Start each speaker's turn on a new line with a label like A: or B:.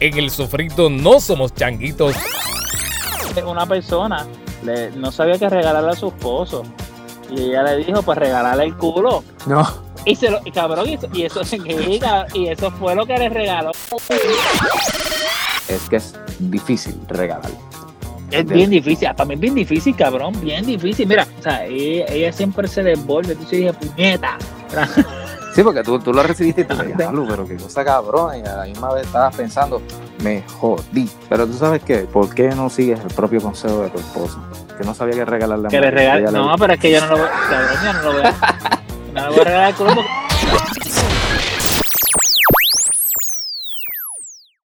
A: En el sofrito no somos changuitos.
B: Una persona le- no sabía qué regalarle a su esposo. Y ella le dijo, pues regalarle el culo.
C: No.
B: Y se lo, y cabrón, y eso, y eso, y cab- y eso fue lo que le regaló.
D: Es que es difícil regalar.
B: Es bien difícil, para mí es bien difícil, cabrón, bien difícil. Mira, o sea, ella, ella siempre se devuelve, entonces yo dije, puñeta.
D: Sí, porque tú, tú lo recibiste y te regalo, pero qué cosa cabrón. Y a la misma vez estabas pensando, me jodí. Pero tú sabes qué, ¿por qué no sigues el propio consejo de tu esposo? Que no sabía qué regalarle a
B: Que le
D: María,
B: regale.
D: ella le-
B: No, pero es que yo no lo voy, cabrón, yo no lo voy a. No le voy a regalar el culo porque